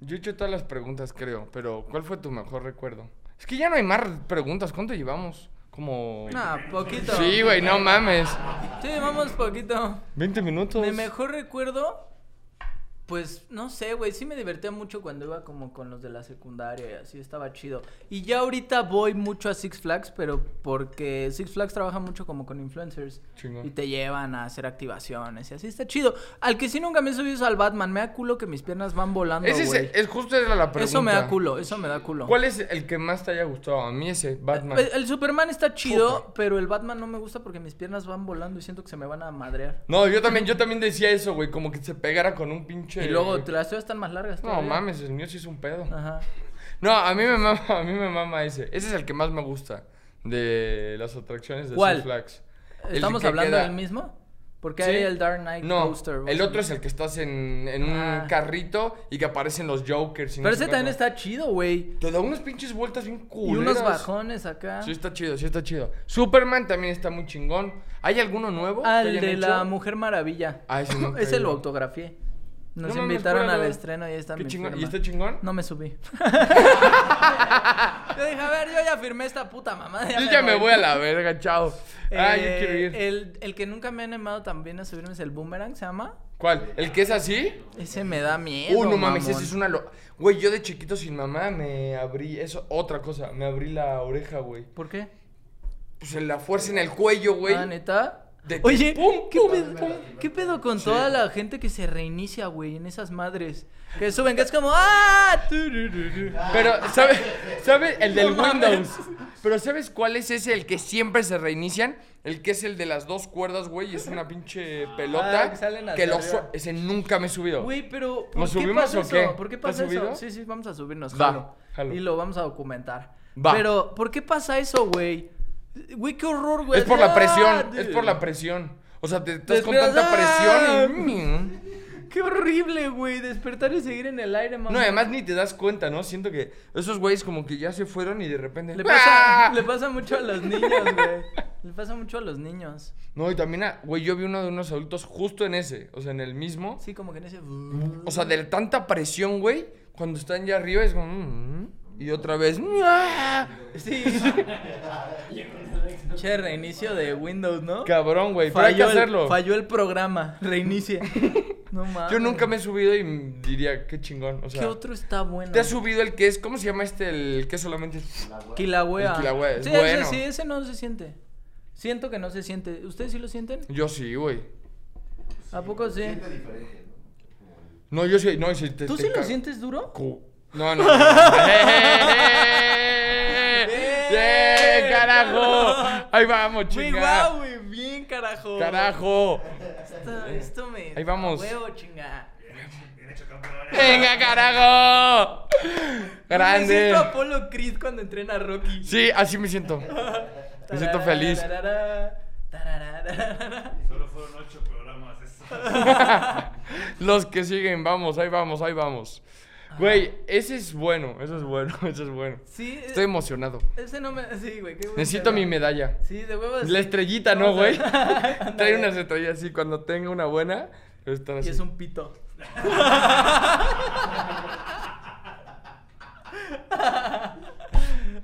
Speaker 2: Yo he hecho todas las preguntas, creo, pero ¿cuál fue tu mejor recuerdo? Es que ya no hay más preguntas. ¿Cuánto llevamos? Como.
Speaker 1: No, poquito.
Speaker 2: Sí, güey, no mames.
Speaker 1: Sí, vamos poquito.
Speaker 2: 20 minutos.
Speaker 1: Mi mejor recuerdo, pues no sé, güey, sí me divertía mucho cuando iba como con los de la secundaria y así estaba chido. Y ya ahorita voy mucho a Six Flags, pero porque Six Flags trabaja mucho como con influencers
Speaker 2: Chingón.
Speaker 1: y te llevan a hacer activaciones y así está chido. Al que sí nunca me he subido es al Batman, me da culo que mis piernas van volando,
Speaker 2: Ese es,
Speaker 1: güey.
Speaker 2: es justo era la pregunta.
Speaker 1: Eso me da culo, eso me da culo. Eh,
Speaker 2: ¿Cuál es el que más te haya gustado? A mí ese, Batman.
Speaker 1: El, el Superman está chido,
Speaker 2: Puta.
Speaker 1: pero el Batman no me gusta porque mis piernas van volando y siento que se me van a madrear.
Speaker 2: No, yo también, yo también decía eso, güey, como que se pegara con un pinche.
Speaker 1: Y luego te- Ah. las tuyas están más largas.
Speaker 2: No
Speaker 1: todavía.
Speaker 2: mames, el mío sí es un pedo.
Speaker 1: Ajá.
Speaker 2: No, a mí me mama, *laughs* a mí me mama ese. Ese es el que más me gusta de las atracciones de
Speaker 1: ¿Cuál?
Speaker 2: Six Flags. El
Speaker 1: ¿Estamos
Speaker 2: que
Speaker 1: hablando
Speaker 2: queda-
Speaker 1: del mismo? Porque
Speaker 2: Sí.
Speaker 1: hay el Dark Knight
Speaker 2: No,
Speaker 1: Coaster. o
Speaker 2: el
Speaker 1: sea.
Speaker 2: otro es el que estás en, en un
Speaker 1: Ah.
Speaker 2: carrito y que aparecen los Jokers. y no
Speaker 1: Pero ese
Speaker 2: sé qué
Speaker 1: también
Speaker 2: más.
Speaker 1: está chido, güey.
Speaker 2: Te da unas pinches vueltas bien
Speaker 1: Y
Speaker 2: culeras.
Speaker 1: unos bajones acá.
Speaker 2: Sí está chido, sí está chido. Superman también está muy chingón. ¿Hay alguno nuevo? que
Speaker 1: Al
Speaker 2: hayan
Speaker 1: de
Speaker 2: hecho?
Speaker 1: la Mujer Maravilla.
Speaker 2: Ah,
Speaker 1: *laughs*
Speaker 2: ese nunca he
Speaker 1: ese
Speaker 2: ido.
Speaker 1: lo autografié. Nos
Speaker 2: No mames,
Speaker 1: invitaron
Speaker 2: fuera,
Speaker 1: al
Speaker 2: no.
Speaker 1: estreno y ahí está
Speaker 2: ¿Qué
Speaker 1: mi
Speaker 2: chingón? ¿Y
Speaker 1: firma.
Speaker 2: está chingón?
Speaker 1: No me
Speaker 2: *laughs*
Speaker 1: subí. yo dije, a ver, yo ya firmé esta puta mamá.
Speaker 2: Yo ya me voy a la verga, chao. ah, yo
Speaker 1: Eh,
Speaker 2: quiero ir.
Speaker 1: El, el que nunca me ha animado también a subirme es el Boomerang, ¿se llama?
Speaker 2: ¿Cuál? ¿El que es así?
Speaker 1: Ese me da miedo.
Speaker 2: Uh, no mames,
Speaker 1: mamón.
Speaker 2: ese es una lo... Güey, yo de chiquito sin mamá me abrí... Eso, otra cosa, me abrí la oreja, güey.
Speaker 1: ¿Por qué?
Speaker 2: Pues en la fuerza en el cuello, güey.
Speaker 1: Ah, ¿neta?
Speaker 2: De que
Speaker 1: Oye,
Speaker 2: pum,
Speaker 1: ¿qué,
Speaker 2: pum,
Speaker 1: pedo,
Speaker 2: pum.
Speaker 1: qué pedo con toda la gente que se reinicia, güey, en esas madres? Que suben, que es como ¡Ah! turururu. *laughs*
Speaker 2: Pero, ¿sabes? ¿Sabes? El del
Speaker 1: No mames.
Speaker 2: Windows. Pero, ¿sabes cuál es ese? El que siempre se reinician. El que es el de las dos cuerdas, güey. Es una pinche pelota.
Speaker 1: Ah, que salen hacia
Speaker 2: que lo
Speaker 1: arriba.
Speaker 2: sue- Ese nunca me he subido.
Speaker 1: Güey, pero ¿por
Speaker 2: ¿Nos
Speaker 1: qué
Speaker 2: subimos
Speaker 1: pasa
Speaker 2: o qué?
Speaker 1: eso? ¿Por qué
Speaker 2: ¿Te
Speaker 1: pasa
Speaker 2: has subido?
Speaker 1: eso? Sí, sí, vamos a subirnos,
Speaker 2: Va,
Speaker 1: jalo.
Speaker 2: jalo.
Speaker 1: Y lo vamos a documentar.
Speaker 2: Va.
Speaker 1: Pero, ¿por qué pasa eso, güey? Güey, qué horror, güey.
Speaker 2: es por la
Speaker 1: ¡Ah!
Speaker 2: presión. Es por la presión. O sea, te estás con
Speaker 1: Despiertas,
Speaker 2: tanta
Speaker 1: ¡ah!
Speaker 2: presión y...
Speaker 1: Qué horrible, güey, despertar y seguir en el aire, mamá.
Speaker 2: No, además ni te das cuenta, ¿no? Siento que esos güeyes como que ya se fueron y de repente...
Speaker 1: Le pasa,
Speaker 2: ¡Ah!
Speaker 1: le pasa mucho a los niños, güey. Le pasa mucho a los niños.
Speaker 2: No, y también, ah, güey, yo vi uno de unos adultos justo en ese. O sea, en el mismo.
Speaker 1: Sí, como que en ese...
Speaker 2: O sea, de tanta presión, güey, cuando están ya arriba es como... "Mm", Y otra vez... "Ah".
Speaker 1: Sí. che, reinicio de Windows, ¿no?
Speaker 2: Cabrón, güey, pero hay que
Speaker 1: el-
Speaker 2: hacerlo.
Speaker 1: falló el programa. Reinicia. No mames.
Speaker 2: Yo nunca me he subido y diría, qué chingón. O sea,
Speaker 1: ¿Qué otro está bueno?
Speaker 2: ¿te has subido el que es... ¿Cómo se llama este? El que solamente... es-
Speaker 1: Kilauea.
Speaker 2: El Kilauea, es
Speaker 1: sí,
Speaker 2: bueno.
Speaker 1: Ese, sí, ese no se siente. Siento que no se siente. ¿Ustedes sí lo sienten?
Speaker 2: Yo sí, güey.
Speaker 1: ¿A poco sí?
Speaker 5: Siente diferente, ¿no? Como el-
Speaker 2: No, yo sí, no, sí, te-
Speaker 1: ¿Tú
Speaker 2: te
Speaker 1: sí lo
Speaker 2: cago.
Speaker 1: sientes duro?
Speaker 2: Cu- No, no. *laughs* no. ¡Eh! ¡Eh, carajo! Ahí vamos,
Speaker 1: Güey,
Speaker 2: chinga.
Speaker 1: guau, güey, bien, carajo.
Speaker 2: Carajo.
Speaker 1: Esto, esto me.
Speaker 2: Ahí vamos.
Speaker 1: Huevo, chinga.
Speaker 3: Bien hecho, campeón.
Speaker 2: Venga, carajo.
Speaker 1: Me siento
Speaker 2: Grande.
Speaker 1: Apolo Creed cuando entrena a Rocky. *laughs*
Speaker 2: Sí, así me siento. *laughs* Me siento feliz.
Speaker 1: Tararara, tararara.
Speaker 3: Solo fueron ocho programas.
Speaker 2: *laughs*
Speaker 3: Eso.
Speaker 2: Los que siguen, vamos, ahí vamos, ahí vamos. Güey, ese es bueno, eso es bueno, *laughs* eso es bueno.
Speaker 1: Sí, eh,
Speaker 2: Estoy emocionado.
Speaker 1: ese no me. Sí, güey. qué buen
Speaker 2: Necesito
Speaker 1: pedo.
Speaker 2: mi medalla.
Speaker 1: Sí, de huevos.
Speaker 2: La este- estrellita, ¿no, güey?
Speaker 1: Pues, Vamos
Speaker 2: *laughs* Trae unas estrellas así cuando tenga una buena. pero están
Speaker 1: Y
Speaker 2: así.
Speaker 1: es un pito.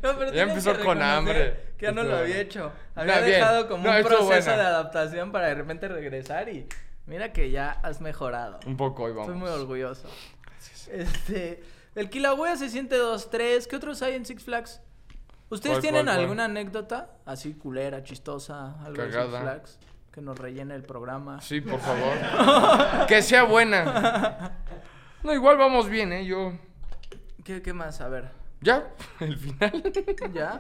Speaker 1: No, pero
Speaker 2: Ya
Speaker 1: tienen
Speaker 2: empezó
Speaker 1: que
Speaker 2: con hambre.
Speaker 1: reconocer Que ya no
Speaker 2: Estuvo
Speaker 1: lo había
Speaker 2: bueno.
Speaker 1: hecho.
Speaker 2: No,
Speaker 1: Había
Speaker 2: bien.
Speaker 1: dejado como
Speaker 2: No,
Speaker 1: un
Speaker 2: estuvo
Speaker 1: proceso
Speaker 2: buena.
Speaker 1: de adaptación para de repente regresar y mira que ya has mejorado.
Speaker 2: Un poco, ahí vamos.
Speaker 1: Estoy muy orgulloso. Este, el Kilauea se siente 2-3. ¿Qué otros hay en Six Flags? ¿Ustedes
Speaker 2: ¿Cuál,
Speaker 1: tienen
Speaker 2: cuál, cuál?
Speaker 1: alguna anécdota así culera, chistosa, algo de Six
Speaker 2: Cagada.
Speaker 1: Flags que nos rellene el programa?
Speaker 2: Sí, por favor. que sea buena. No, igual vamos bien, ¿eh? Yo.
Speaker 1: *laughs* ¿Qué, qué más? A ver.
Speaker 2: Ya, *laughs* el final. *laughs*
Speaker 1: ¿Ya?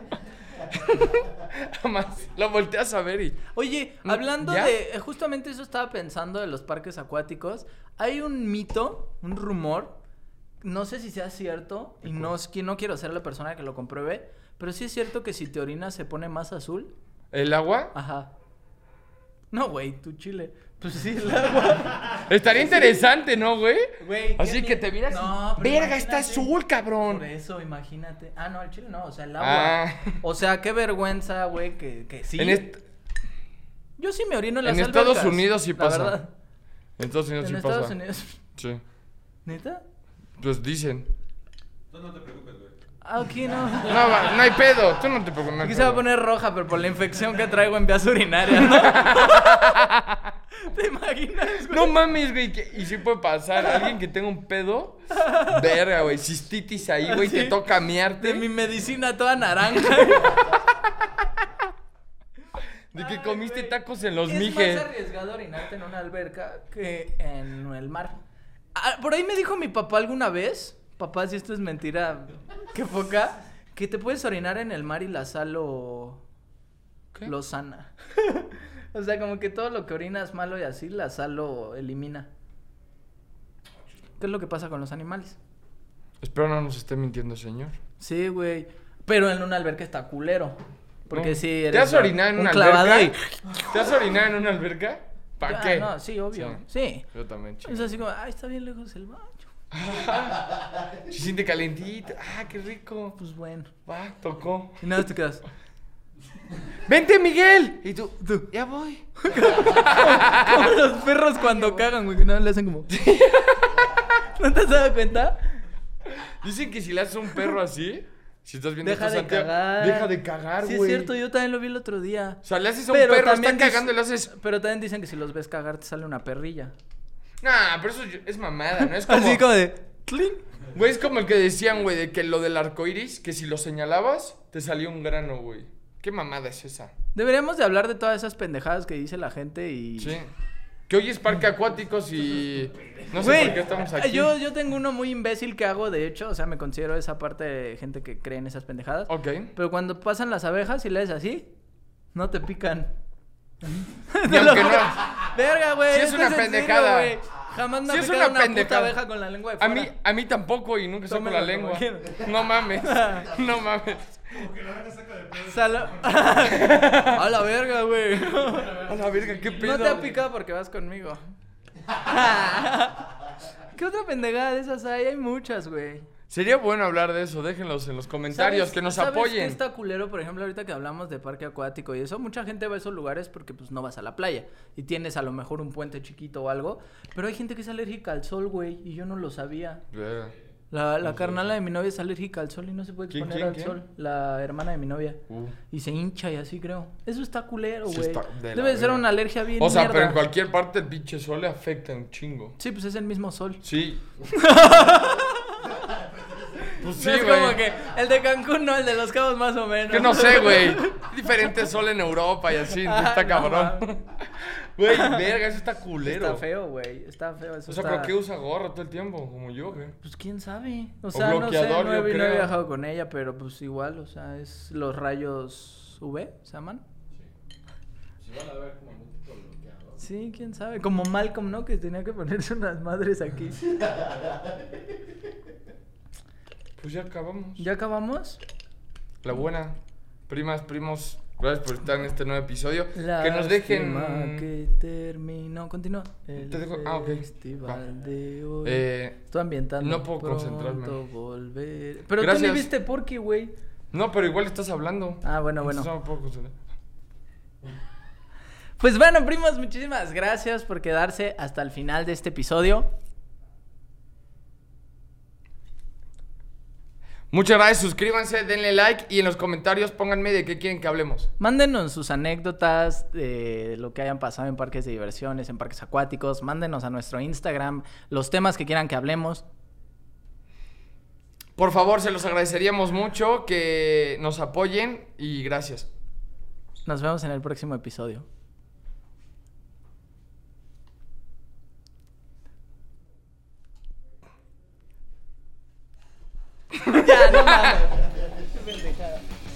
Speaker 2: Nada más. La volteas a ver y.
Speaker 1: Oye,
Speaker 2: Mm,
Speaker 1: hablando
Speaker 2: ¿ya?
Speaker 1: de. eh, Justamente eso estaba pensando de los parques acuáticos. Hay un mito, un rumor. No sé si sea cierto. Y no, es que no quiero ser la persona que lo compruebe. Pero sí es cierto que si te orinas se pone más azul.
Speaker 2: ¿El agua?
Speaker 1: Ajá. No, güey, tu chile. Pues sí, el agua.
Speaker 2: *laughs* Estaría interesante, ¿no, güey?
Speaker 1: Güey, ¿qué
Speaker 2: Así que
Speaker 1: ni-
Speaker 2: te miras. y,
Speaker 1: No, pero
Speaker 2: Verga, está
Speaker 1: imagínate".
Speaker 2: azul, cabrón.
Speaker 1: Por eso, imagínate. Ah, no, el chile no, o sea, el agua.
Speaker 2: Ah.
Speaker 1: O sea, qué vergüenza, güey, que, que sí.
Speaker 2: En, est-
Speaker 1: Yo sí me orino en las
Speaker 2: en Estados
Speaker 1: albercas,
Speaker 2: Unidos sí
Speaker 1: la
Speaker 2: pasa.
Speaker 1: verdad.
Speaker 2: en Estados
Speaker 1: En
Speaker 2: Unidos sí
Speaker 1: Estados
Speaker 2: pasa.
Speaker 1: Unidos. *laughs*
Speaker 2: Sí.
Speaker 1: ¿Neta?
Speaker 2: Pues dicen.
Speaker 3: No, no te preocupes, güey.
Speaker 1: Aquí Ah, no.
Speaker 2: No, va- no hay pedo. Tú no te preocupes. no hay
Speaker 1: Aquí se va a
Speaker 2: pedo.
Speaker 1: poner roja, pero por la infección que traigo en vías urinarias,
Speaker 2: *laughs*
Speaker 1: ¿no? ¿Te imaginas, güey?
Speaker 2: No mames, güey. que- Y sí puede pasar. Alguien que tenga un pedo. Verga, güey. Cistitis ahí, güey. Te
Speaker 1: Así.
Speaker 2: toca miarte.
Speaker 1: De mi
Speaker 2: De,
Speaker 1: medicina toda naranja.
Speaker 2: que
Speaker 1: Ay,
Speaker 2: comiste
Speaker 1: güey.
Speaker 2: tacos en los
Speaker 1: es
Speaker 2: mijes.
Speaker 1: más arriesgado orinarte en una alberca que en el mar. Ah, por ahí me dijo mi papá alguna vez, papá, si esto es mentira, qué poca, que te puedes orinar en el mar y la sal lo,
Speaker 2: ¿Qué?
Speaker 1: lo sana. *laughs* o sea, como que todo lo que orinas malo y así, la sal lo elimina. ¿Qué es lo que pasa con los animales?
Speaker 2: Espero no nos esté mintiendo, señor.
Speaker 1: Sí, güey. Pero en una alberca está culero. Porque
Speaker 2: No.
Speaker 1: si eres
Speaker 2: ¿Te has
Speaker 1: un-
Speaker 2: orinado en
Speaker 1: un
Speaker 2: una
Speaker 1: clavado
Speaker 2: alberca?
Speaker 1: y-
Speaker 2: ¿Te has orinado en una alberca? ¿Para
Speaker 1: Ah,
Speaker 2: qué?
Speaker 1: No, sí, obvio. sí.
Speaker 2: Yo también, chico.
Speaker 1: Es así como, ay, está bien lejos el baño.
Speaker 2: Se siente calentito. Ah, qué rico.
Speaker 1: Pues bueno.
Speaker 2: Va, Ah, tocó.
Speaker 1: Y nada, te
Speaker 2: *laughs*
Speaker 1: quedas.
Speaker 2: ¡Vente, Miguel! Y tú, ya voy. Ah.
Speaker 1: Como los perros cuando cagan, güey, que no le hacen como. *laughs* ¿No te has dado cuenta?
Speaker 2: Dicen que si le haces a un perro así, si estás viendo
Speaker 1: Deja
Speaker 2: esto,
Speaker 1: de
Speaker 2: Santiago,
Speaker 1: cagar.
Speaker 2: Deja de cagar, güey.
Speaker 1: Sí, es cierto, yo también lo vi el otro día.
Speaker 2: O sea, le haces a un
Speaker 1: Pero
Speaker 2: perro,
Speaker 1: también
Speaker 2: está
Speaker 1: dice-
Speaker 2: cagando y le haces.
Speaker 1: Pero también dicen que si los ves cagar te sale una perrilla.
Speaker 2: Nah, pero eso es mamada, ¿no? Es
Speaker 1: *laughs*
Speaker 2: como.
Speaker 1: Así como de. ¡Tling!
Speaker 2: Güey, es como el que decían, güey, de que lo del arco iris, que si lo señalabas, te salía un grano, güey. ¿Qué mamada es esa?
Speaker 1: Deberíamos de hablar de todas esas pendejadas que dice la gente y.
Speaker 2: Sí. Que hoy es parque acuáticos y. No sé
Speaker 1: Güey,
Speaker 2: por qué estamos aquí.
Speaker 1: Yo, yo tengo uno muy imbécil que hago, de hecho, o sea, me considero esa parte de gente que cree en esas pendejadas. *laughs*
Speaker 2: Ok.
Speaker 1: Pero cuando pasan las abejas y le haces así, no te
Speaker 2: *laughs*
Speaker 1: pican.
Speaker 2: Y
Speaker 1: Te lo
Speaker 2: aunque
Speaker 1: juro.
Speaker 2: no.
Speaker 1: Verga, güey.
Speaker 2: Sí es
Speaker 1: esto
Speaker 2: una
Speaker 1: en serio,
Speaker 2: pendejada.
Speaker 1: güey. Jamás me
Speaker 2: Sí
Speaker 1: ha
Speaker 2: es
Speaker 1: picado
Speaker 2: una
Speaker 1: una, puta
Speaker 2: pendejada.
Speaker 1: abeja con la lengua de
Speaker 2: A
Speaker 1: fuera.
Speaker 2: mí, a mí tampoco y nunca saco la
Speaker 1: Tómelo
Speaker 2: lengua.
Speaker 1: como quieras. *laughs*
Speaker 2: No mames. No mames.
Speaker 3: Como que la verga saca de pedo.
Speaker 1: Salo- *laughs* a la verga, güey.
Speaker 2: A la verga, qué pedo.
Speaker 1: No te ha picado porque vas
Speaker 2: *laughs*
Speaker 1: conmigo. *laughs* ¿Qué otra pendejada de esas hay? Hay muchas, güey.
Speaker 2: Sería bueno hablar de eso, déjenlos en los comentarios,
Speaker 1: ¿Sabes-
Speaker 2: que nos
Speaker 1: sabes qué
Speaker 2: apoyen.
Speaker 1: está culero, por ejemplo, ahorita que hablamos de parque acuático y eso, mucha gente va a esos lugares porque pues no vas a la playa y tienes a lo mejor un puente chiquito o algo, pero hay gente que es alérgica al sol, güey, y yo no lo sabía.
Speaker 2: Verga.
Speaker 1: La, la carnala de mi novia es alérgica al sol y no se puede
Speaker 2: ¿Quién,
Speaker 1: exponer
Speaker 2: quién,
Speaker 1: al
Speaker 2: quién?
Speaker 1: sol, la hermana de mi novia.
Speaker 2: Uh.
Speaker 1: Y se hincha y así creo. Eso está culero,
Speaker 2: Sí
Speaker 1: güey.
Speaker 2: está de la
Speaker 1: Debe de ser
Speaker 2: verga.
Speaker 1: una alergia bien
Speaker 2: O sea, pero
Speaker 1: mierda.
Speaker 2: en cualquier parte el pinche sol le afecta un chingo.
Speaker 1: Sí, pues es el mismo sol. *laughs*
Speaker 2: Sí. pues sí,
Speaker 1: No es
Speaker 2: güey.
Speaker 1: como que el de Cancún no, el de Los Cabos más o menos.
Speaker 2: Que no sé,
Speaker 1: *laughs*
Speaker 2: güey. Diferente sol en Europa y así,
Speaker 1: Ah,
Speaker 2: está
Speaker 1: no mames.
Speaker 2: cabrón. Güey, verga, eso está culero.
Speaker 1: Está feo, güey. Está feo. Eso
Speaker 2: O sea,
Speaker 1: está...
Speaker 2: pero que usa gorro todo el tiempo, como yo, güey.
Speaker 1: Pues quién sabe. O sea, no sé,
Speaker 2: bloqueador,
Speaker 1: no
Speaker 2: yo
Speaker 1: he, no he
Speaker 2: creo.
Speaker 1: viajado con ella, pero pues igual, o sea, es los rayos UV, ¿se llaman?
Speaker 4: Se van a ver como un tipo bloqueado.
Speaker 1: Sí, quién sabe. Como Malcolm, ¿no? Que tenía que ponerse unas madres
Speaker 2: *laughs*
Speaker 1: aquí.
Speaker 2: Pues ya acabamos.
Speaker 1: ¿Ya acabamos?
Speaker 2: La
Speaker 1: Mm.
Speaker 2: buena. Primas, primos, gracias por estar en este nuevo episodio. que
Speaker 1: Lástima
Speaker 2: nos dejen.
Speaker 1: que terminó. Continúa. El
Speaker 2: Te dejo- ah, ok.
Speaker 1: festival
Speaker 2: Va.
Speaker 1: de hoy.
Speaker 2: eh,
Speaker 1: Estoy ambientando.
Speaker 2: no puedo concentrarme.
Speaker 1: pronto Volver. Pero tú
Speaker 2: Gracias.
Speaker 1: ni viste Porky, güey.
Speaker 2: no, pero igual estás hablando.
Speaker 1: Ah, bueno, bueno.
Speaker 2: Entonces no me puedo concentrar.
Speaker 1: Pues bueno, primos, muchísimas gracias por quedarse hasta el final de este episodio.
Speaker 2: Muchas gracias, suscríbanse, denle like y en los comentarios pónganme de qué quieren que hablemos.
Speaker 1: Mándenos sus anécdotas de lo que hayan pasado en parques de diversiones, en parques acuáticos. Mándenos a nuestro Instagram los temas que quieran que hablemos.
Speaker 2: Por favor, se los agradeceríamos mucho que nos apoyen y gracias.
Speaker 1: Nos vemos en el próximo episodio. ya, no mames. Qué pendejada.